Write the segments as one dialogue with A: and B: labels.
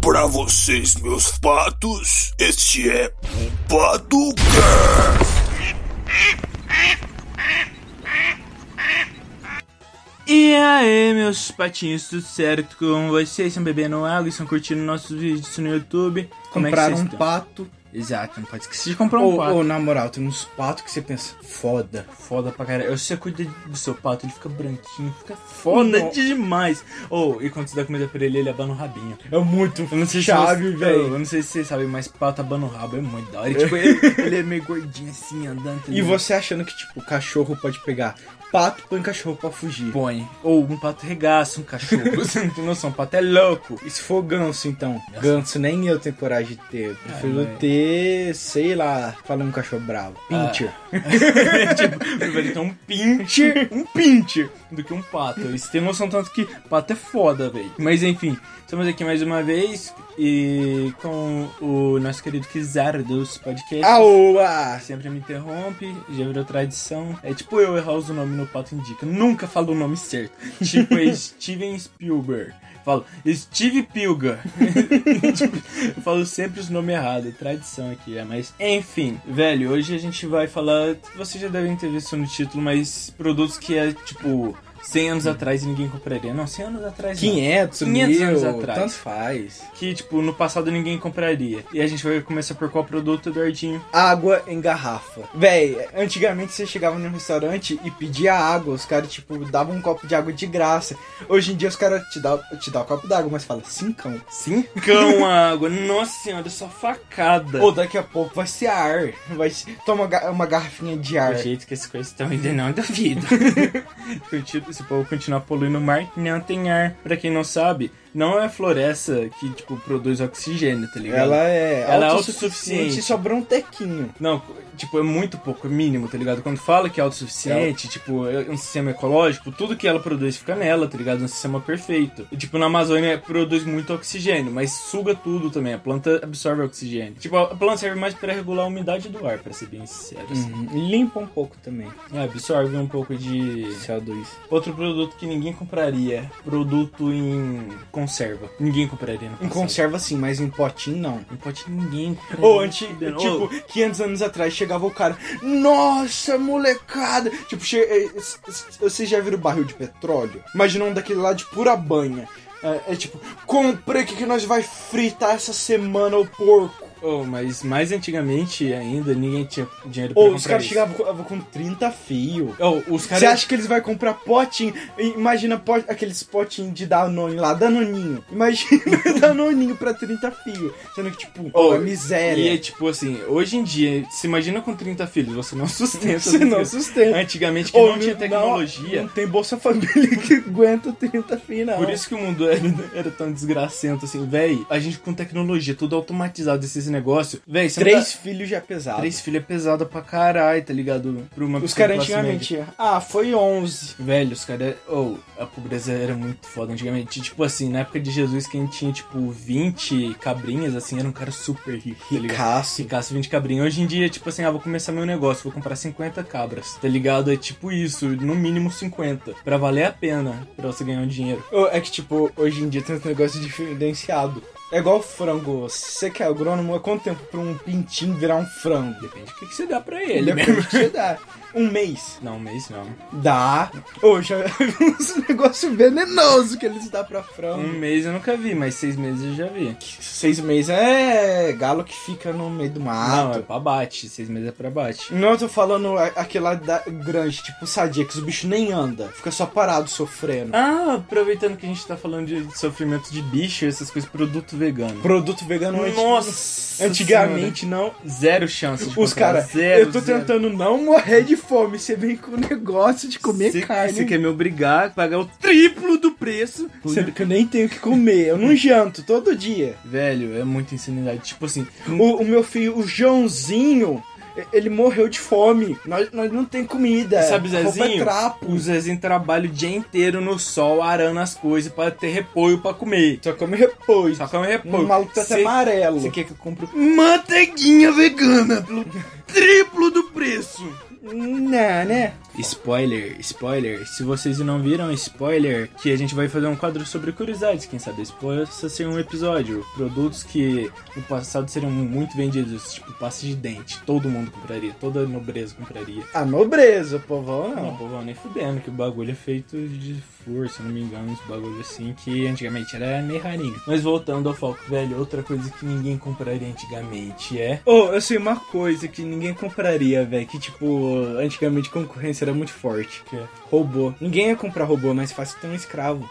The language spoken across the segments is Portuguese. A: Pra vocês, meus patos, este é o Paducast.
B: E aí, meus patinhos, tudo certo com vocês? Estão bebendo água? Estão curtindo nossos vídeos no YouTube? Como é que
C: Compraram
B: vocês
C: um
B: estão?
C: pato.
B: Exato, não pode esquecer de comprar um
C: ou,
B: pato.
C: ou, na moral, tem uns patos que você pensa, foda.
B: Foda pra caralho. Eu sei que você cuida do seu pato, ele fica branquinho, fica foda
C: Não.
B: demais. Ou, e quando você dá comida pra ele, ele abana o rabinho.
C: É muito
B: Eu não sei
C: chave,
B: se você,
C: velho.
B: Eu não sei se vocês sabem, mas pato abana o rabo é muito da hora. E, tipo, ele, ele é meio gordinho assim, andando.
C: E
B: entendeu?
C: você achando que, tipo, cachorro pode pegar pato, põe cachorro pra fugir.
B: põe. Ou um pato regaça, um cachorro. você não tem noção, o pato é louco.
C: E se for ganso, então? Ganso, nem eu tenho coragem de ter. Eu prefiro
B: Ah, mas- Ah.
C: ter, sei lá, falando um cachorro bravo. Pincher.
B: tipo, prefiro ter um pincher, um pincher, do que um pato. Isso tem noção tanto que pato é foda, velho. Mas enfim, estamos aqui mais uma vez e com o nosso querido Kizar dos podcasts.
C: Ah, Aoa!
B: Sempre me interrompe, já virou tradição. É tipo eu errar os nomes no Pato Indica. Nunca falo o nome certo. Tipo, é Steven Spielberg. Falo Steve Pilga. Tipo, eu falo sempre os nomes errados. Tradição aqui, é. Mas, enfim, velho, hoje a gente vai falar. Vocês já devem ter visto no título, mas produtos que é tipo 100 anos atrás e ninguém compraria. Não, 100 anos atrás. não.
C: 500,
B: 500
C: mil,
B: anos atrás.
C: tanto faz.
B: Que, tipo, no passado ninguém compraria. E a gente vai começar por qual produto, Eduardinho?
C: Água em garrafa. Véi, antigamente você chegava num restaurante e pedia água, os caras, tipo, davam um copo de água de graça. Hoje em dia os caras te dão te dá o copo d'água, mas fala, cincão.
B: Cincão água. Nossa senhora, só facada.
C: Ou daqui a pouco vai ser ar. Vai ser, toma ga- uma garrafinha de ar.
B: Do jeito que as coisas estão indo, não duvido. Curtido, Se o povo continuar poluindo o mar, não tem ar. Pra quem não sabe, não é floresta que, tipo, produz oxigênio, tá ligado?
C: Ela é
B: Ela é autossuficiente.
C: e sobrou um tequinho.
B: Não, tipo, é muito pouco, é mínimo, tá ligado? Quando fala que é autossuficiente, tipo, é um sistema ecológico, tudo que ela produz fica nela, tá ligado? É um sistema perfeito. E, tipo, na Amazônia produz muito oxigênio, mas suga tudo também. A planta absorve oxigênio. Tipo, a planta serve mais pra regular a umidade do ar, pra ser bem sincero. assim.
C: E Limpa um pouco também.
B: É, absorve um pouco de.
C: CO2.
B: Outro produto que ninguém compraria, produto em conserva. Ninguém compraria no
C: Em
B: passado.
C: conserva sim, mas em potinho não.
B: Não pode ninguém compraria.
C: Ou antes, tipo,
B: Ô,
C: 500 anos atrás chegava o cara, nossa molecada! Tipo, che- eh, s- s- vocês já viram o barril de petróleo? Imagina um daquele lá de pura banha. É, é tipo, comprei o que, que nós vai fritar essa semana, o porco.
B: ô, Oh, mas mais antigamente ainda, ninguém tinha dinheiro pra
C: Ou
B: comprar
C: os caras
B: isso.
C: chegavam com, com 30 fio.
B: Ô, os
C: Você
B: caras...
C: acha que eles vão comprar potinho? Imagina pot- aqueles potinhos de Danone lá, Danoninho. Imagina Danoninho pra 30 fio. Sendo que, tipo,
B: Ô,
C: é miséria.
B: E é tipo assim, hoje em dia, se imagina com 30 filhos, você não sustenta.
C: Você
B: tudo
C: não
B: isso.
C: sustenta.
B: Antigamente que
C: Ou
B: não tinha tecnologia,
C: Não, tem Bolsa Família que aguenta 30 final.
B: Por isso que o mundo era, era tão desgracento assim, véi. A gente com tecnologia, tudo automatizado, esses negócios. Véi, você não dá-
C: três filhos já é pesado.
B: Três filhos é pesada pra caralho, tá ligado? Pra uma
C: Os
B: pessoa
C: caras
B: de classe
C: antigamente. Ah, foi 11.
B: média. Velho, os caras. Ou, a pobreza era muito foda antigamente. Tipo assim, na época de Jesus, quem tinha, tipo, 20 cabrinhas, assim, era um cara super rico, tá ligado?
C: Ricaço.
B: Ficasse 20 cabrinhas. Hoje em dia, tipo assim, ah, vou começar meu negócio, vou comprar 50 cabras, tá ligado? É tipo isso, no mínimo 50. Pra valer a pena, pra você ganhar um dinheiro.
C: Ô, É que, tipo, hoje em dia tem uns negócios diferenciados. É igual frango. Se você quer agrônomo, é quanto tempo pra um pintinho virar um frango?
B: Depende do que, que você dá pra ele, né?
C: Depende do que você dá. Um mês.
B: Não, mês não.
C: Dá. Ô, já vi uns negócios venenosos que eles dão pra frango.
B: Um mês eu nunca vi, mas seis meses eu já vi.
C: Seis meses é galo que fica no meio do
B: não,
C: mato.
B: é pra bate. Seis meses é pra bate.
C: Não, eu tô falando a- aquele lá da grande, tipo sadia, que os bichos nem anda, fica só parado sofrendo.
B: Ah, aproveitando que a gente tá falando de sofrimento de bicho, essas coisas, produto vegano.
C: Produto vegano anti-
B: Nossa!
C: antigamente não.
B: senhora. Zero chance de
C: Os
B: comprar,
C: caras,
B: zero,
C: eu tô
B: zero.
C: tentando não morrer de fome. Você vem com o negócio de comer
B: Você-
C: carne.
B: Você quer me obrigar a pagar o triplo do preço?
C: Sendo que eu nem tenho o que comer. Eu não janto todo dia.
B: Velho, é muita insanidade. Tipo assim,
C: O, o meu filho, o Joãozinho, e- ele morreu de fome. Nós, nós não tem comida.
B: Sabe,
C: Roupa é
B: Zezinho?
C: trapo.
B: o Zezinho trabalha o dia inteiro no sol, arando as coisas pra ter repolho pra comer.
C: Só come repouso.
B: Só que é um repolho.
C: O maluco tá até
B: Cê-
C: amarelo.
B: Você quer que eu compre manteiguinha vegana pelo triplo do preço?
C: Né, né?
B: Spoiler, spoiler. Se vocês não viram, spoiler, que a gente vai fazer um quadro sobre curiosidades. Quem sabe esse possa ser um episódio. Produtos que no passado seriam muito vendidos, tipo pasta de dente. Todo mundo compraria, toda nobreza compraria.
C: A nobreza, o povão
B: Não,
C: não.
B: pô, vão nem fudendo, que o bagulho é feito de força, se não me engano, uns bagulho assim que antigamente era meio rarinho. Mas voltando ao foco, velho, outra coisa que ninguém compraria antigamente é.
C: Oh, eu sei uma coisa que ninguém compraria, velho. Que, tipo, antigamente a concorrência era muito forte.
B: que é
C: Robô. Ninguém ia comprar robô, mas fácil ter um escravo.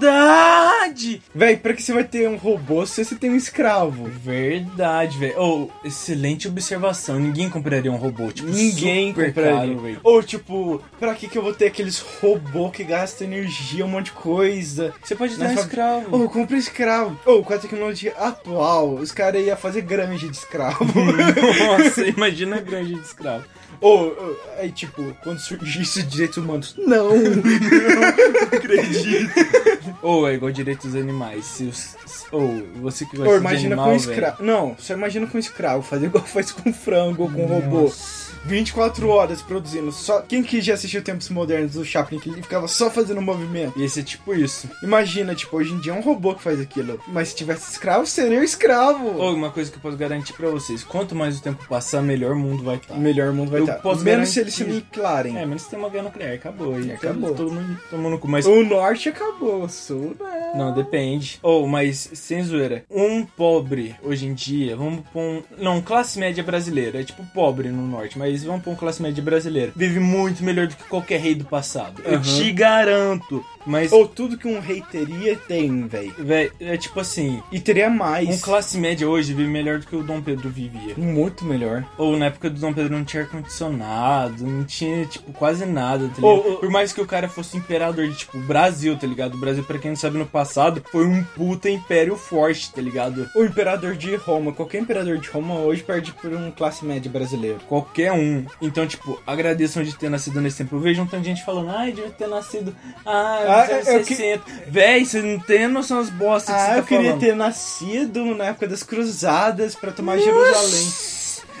B: Verdade!
C: Véi, pra que você vai ter um robô se você tem um escravo?
B: Verdade, velho. Oh, excelente observação. Ninguém compraria um robô. Tipo,
C: Ninguém
B: super
C: compraria.
B: caro, velho.
C: Ou, tipo, pra que que eu vou ter aqueles robô que gastam energia, um monte de coisa?
B: Você pode ter
C: Mas
B: um
C: fa-
B: escravo.
C: Ou, compra escravo. Ou, com a tecnologia atual, os caras iam fazer granja de escravo.
B: Nossa, imagina a grande de escravo.
C: Ou, ou, aí, tipo, quando surgisse direitos humanos. Não!
B: Ou é igual direito dos animais. Se os, ou você que gosta
C: Ou,
B: de
C: imagina
B: animal,
C: com
B: velho.
C: escravo. Não, só imagina com escravo, fazer igual faz com frango ou com robô.
B: Nossa.
C: 24 horas produzindo. Só quem que já assistiu Tempos Modernos do Chaplin, que ele ficava só fazendo movimento.
B: E esse é tipo isso.
C: Imagina, tipo, hoje em dia é um robô que faz aquilo. Mas se tivesse escravo, seria o escravo.
B: Ou uma coisa que eu posso garantir pra vocês: quanto mais o tempo passar, melhor o mundo vai estar.
C: Melhor mundo vai
B: Eu
C: estar.
B: posso
C: Menos se eles
B: garantir.
C: se declarem.
B: É, menos tem uma guerra nuclear, acabou. E
C: É,
B: todo-
C: acabou.
B: Todo mundo tomando cu. Mas
C: O norte acabou, o sul né?
B: Não, depende. Ou, mas sem zoeira, um pobre hoje em dia, vamos pôr um. Não, classe média brasileira. É tipo pobre no norte, mas vamos pôr um classe média brasileira. Vive muito melhor do que qualquer rei do passado. Eu
C: Aham.
B: te garanto. Mas,
C: Ou tudo que um rei teria, tem, velho.
B: velho, é tipo assim.
C: E teria mais.
B: Um classe média hoje vive melhor do que o Dom Pedro vivia.
C: Muito melhor.
B: Ou na época do Dom Pedro não tinha ar-condicionado, não tinha, tipo, quase nada, tá ligado?
C: Ou- ou-
B: Por mais que o cara fosse imperador de, tipo, Brasil, tá ligado? O Brasil, pra quem não sabe, no passado foi um puta império forte, tá ligado?
C: O imperador de Roma, qualquer imperador de Roma hoje perde por um classe média brasileiro.
B: Qualquer um. Então, tipo, agradeçam de ter nascido nesse tempo. Eu vejo um tanto de gente falando, ai, devia ter nascido. Ah,
C: Ah,
B: nos anos
C: eu que-
B: 60. Véi, você não tem noção das bostas que você
C: Ah,
B: tá
C: eu queria
B: falando.
C: ter nascido na época das cruzadas pra tomar Jerusalém.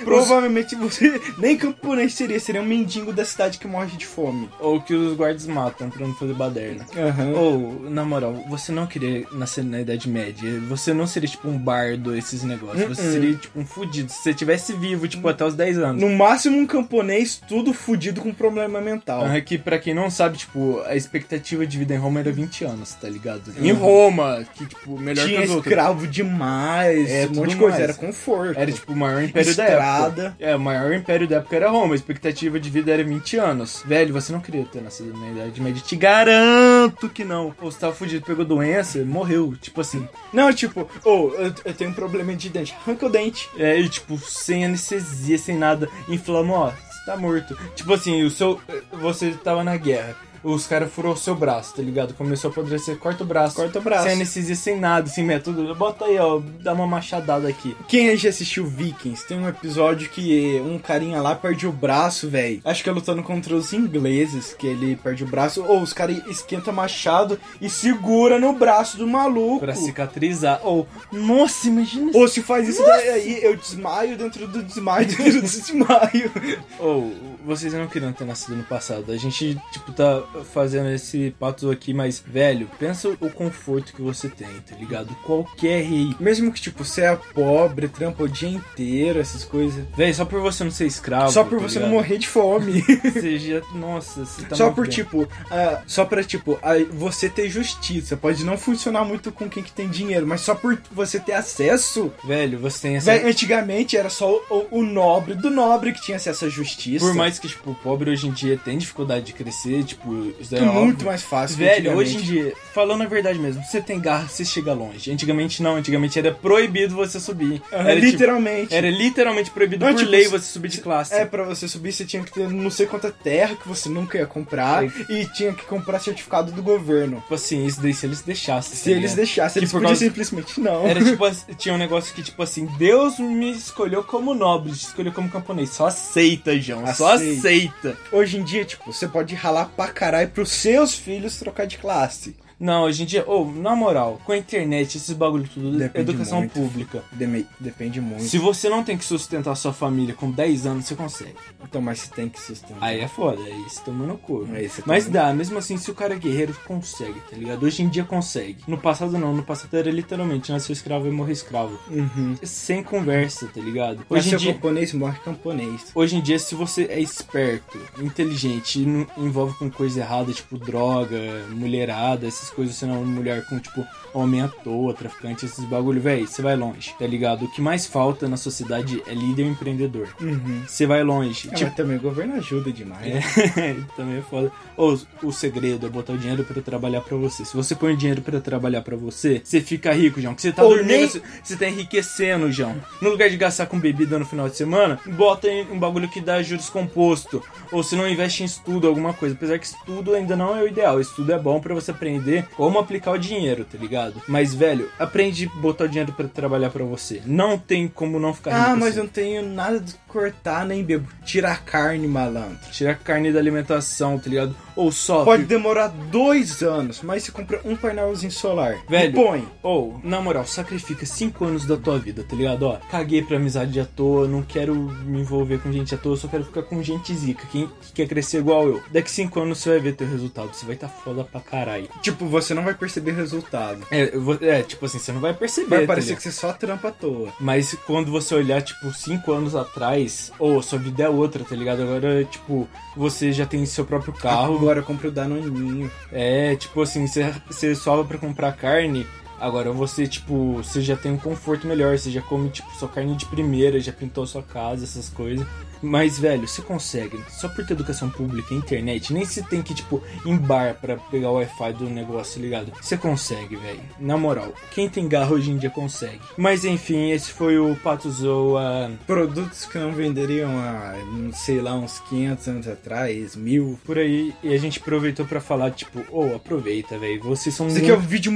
C: Provavelmente você nem camponês seria, seria um mendigo da cidade que morre de fome.
B: Ou que os guardas matam pra não fazer baderna.
C: Aham.
B: Ou, na moral, você não queria nascer na Idade Média. Você não seria tipo um bardo, esses negócios. Você
C: Uh-uh.
B: seria tipo um fudido. Se você tivesse vivo, tipo, até os 10 anos.
C: No máximo um camponês tudo fudido com problema mental.
B: Ah, que pra quem não sabe, tipo, a expectativa de vida em Roma era 20 anos, tá ligado? Em
C: Uhum.
B: Roma, que, tipo, melhor
C: Tinha
B: que os outros.
C: escravo demais,
B: É,
C: um
B: tudo
C: monte de coisa,
B: mais.
C: era conforto.
B: Era tipo o maior império da
C: Estrada.
B: época. É, o maior império da época era Roma. A expectativa de vida era 20 anos. Velho, você não queria ter nascido na Idade Média. Te garanto que não. Ou você tava fudido, pegou doença, morreu. Tipo assim.
C: Não, tipo, ou eu, eu tenho um problema de dente, arranca o dente.
B: É, e tipo, sem anestesia, sem nada. Inflamou, ó, você tá morto. Tipo assim, o seu. Você tava na guerra. Os caras furou o seu braço, tá ligado? Começou a apodrecer, corta o braço.
C: Corta o braço.
B: Sem anestesia, sem nada, sem método. Bota aí, ó, dá uma machadada aqui.
C: Quem já assistiu Vikings, tem um episódio que um carinha lá perde o braço, velho. Acho que é lutando contra os ingleses, que ele perde o braço. Ou os caras esquenta machado e segura no braço do maluco.
B: Pra cicatrizar. Ou, nossa, imagina
C: Ou se faz isso daí, eu desmaio dentro do desmaio, dentro do desmaio.
B: Ou, vocês não queriam ter nascido no passado. A gente, tipo, tá fazendo esse pato aqui, mas, velho, pensa o conforto que você tem, tá ligado? Qualquer rei.
C: Mesmo que, tipo, você é pobre, trampa o dia inteiro, essas coisas.
B: Velho, só por você não ser escravo.
C: Só por
B: tá
C: você
B: ligado?
C: não morrer de fome.
B: Você já- nossa, você tá
C: só
B: muito
C: por,
B: bem.
C: tipo, ah, só pra, tipo, ah, você ter justiça. Pode não funcionar muito com quem que tem dinheiro, mas só por você ter acesso.
B: Velho, você tem essa.
C: Véi, antigamente era só o, o- o nobre do nobre que tinha acesso à justiça.
B: por mais que, tipo, o pobre hoje em dia tem dificuldade de crescer, tipo, isso daí
C: é
B: é óbvio.
C: muito mais fácil. que
B: Velho, hoje em
C: antigamente.
B: dia, falando a verdade mesmo, você tem garra, você chega longe. Antigamente não, antigamente era proibido você subir.
C: Aham,
B: Era, tipo,
C: É literalmente.
B: era literalmente proibido
C: Não,
B: por
C: tipo,
B: lei
C: se-
B: você subir de classe.
C: É, pra você subir, você tinha que ter não sei quanta terra que você nunca ia comprar e tinha que comprar certificado do governo.
B: Tipo assim, isso daí se eles deixassem. tá
C: Se eles deixassem,
B: é. Que
C: eles
B: por
C: podiam
B: causa-
C: simplesmente não.
B: Era tipo, assim, tinha um negócio que, tipo assim, Deus me escolheu como nobre, te escolheu como camponês. Só aceita, João, só aceita.
C: Hoje em dia, tipo, você pode ralar pra caralho pros seus filhos trocar de classe.
B: Não, hoje em dia, ou, na moral, com a internet, esses bagulho tudo,
C: Depende
B: educação
C: muito.
B: pública.
C: Deme- Depende muito.
B: Se você não tem que sustentar sua família com 10 anos, você consegue.
C: Então, mas você tem que sustentar.
B: Aí é foda, aí você toma no cu. né?
C: Aí você
B: Mas
C: toma
B: dá, mesmo assim, se o cara é guerreiro, consegue, tá ligado? Hoje em dia consegue. No passado não, no passado era literalmente, nasceu escravo e morrer escravo.
C: Uhum.
B: Sem conversa, tá ligado? Hoje
C: Hoje
B: em dia...
C: camponês morre camponês.
B: Hoje em dia, se você é esperto, inteligente e não envolve com coisa errada, tipo droga, mulherada, essas coisas, você não é uma mulher com, tipo, homem à toa, traficante, esses bagulho, véi, você vai longe, tá ligado? O que mais falta na sociedade é líder e empreendedor.
C: Uhum.
B: Você vai longe.
C: Ah,
B: tipo,
C: mas também o governo ajuda demais. né?
B: É. também é foda. Ou o segredo é botar o dinheiro pra trabalhar pra você. Se você põe o dinheiro pra trabalhar pra você, você fica rico, João. Que você tá
C: Ou
B: dormindo,
C: nem-
B: você, você tá enriquecendo, João. No lugar de gastar com bebida no final de semana, bota em um bagulho que dá juros composto. Ou se não investe em estudo, alguma coisa. Apesar que estudo ainda não é o ideal. Estudo é bom pra você aprender como aplicar o dinheiro, tá ligado? Mas, velho, aprende a botar o dinheiro pra trabalhar pra você. Não tem como não ficar rico.
C: Ah, mas
B: assim.
C: eu não tenho nada de cortar nem bebo. Tira a carne, malandro.
B: Tirar carne da alimentação, tá ligado? Ou só.
C: Pode demorar dois anos, mas você compra um painelzinho solar.
B: Velho.
C: E põe.
B: Ou, na moral, sacrifica 5 anos da tua vida, tá ligado? Ó, caguei pra amizade à toa, não quero me envolver com gente à toa, só quero ficar com gente zica, quem que quer crescer igual eu. Daqui 5 anos você vai ver teu resultado, você vai tá foda pra caralho.
C: Tipo, você não vai perceber resultado.
B: É, eu vou- é, tipo assim, você não vai perceber.
C: Vai
B: tá
C: parecer que
B: ligado?
C: você só trampa à toa.
B: Mas quando você olhar, tipo, 5 anos atrás, ou sua vida é outra, tá ligado? Agora, tipo, você já tem seu próprio carro.
C: Agora eu compro o Danoninho.
B: É, tipo assim, você- você sobe pra comprar carne, agora você, tipo, você já tem um conforto melhor, você já come, tipo, sua carne de primeira, já pintou sua casa, essas coisas. Mas, velho, você consegue. Só por ter educação pública e internet, nem se tem que, tipo, em bar pra pegar o Wi-Fi do negócio, tá ligado? Você consegue, velho. Na moral, quem tem garra hoje em dia consegue. Mas, enfim, esse foi o Patozoa
C: Produtos que não venderiam há, não sei lá, uns 500 anos atrás, mil.
B: por aí e a gente aproveitou pra falar, tipo, ô, aproveita, velho, vocês são
C: Isso aqui é
B: muito...
C: um vídeo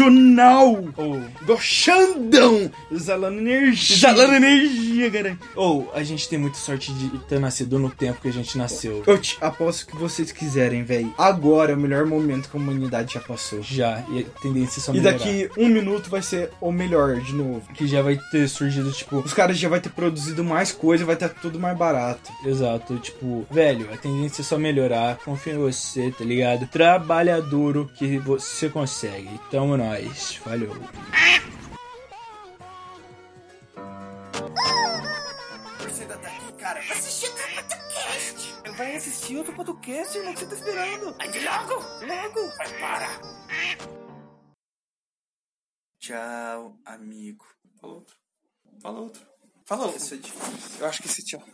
C: motivacional.
B: Ô,
C: Igual Xandão. Exalando energia.
B: Exalando
C: energia, cara.
B: Ou a gente tem muita sorte de ter nascido no tempo que a gente nasceu.
C: Eu te aposto que vocês quiserem, velho. Agora é o melhor momento que a humanidade já passou.
B: Já, e a tendência é só
C: E
B: melhorar.
C: daqui um minuto vai ser o melhor de novo.
B: Que já vai ter surgido, tipo.
C: Os caras já vai ter produzido mais coisa, vai estar tudo mais barato.
B: Exato, tipo, velho, a tendência é só melhorar. Confia em você, tá ligado? Trabalha duro que você consegue. Tamo nós. Valeu.
D: Você ainda tá aqui, cara?
E: Assistir outro podcast.
D: Vai assistir outro podcast, irmão. O que você tá esperando?
E: Mas logo.
D: Logo! Vai, para! Tchau, amigo. Fala outro. Fala outro. Fala outro. Isso é difícil. Eu acho que esse tchau.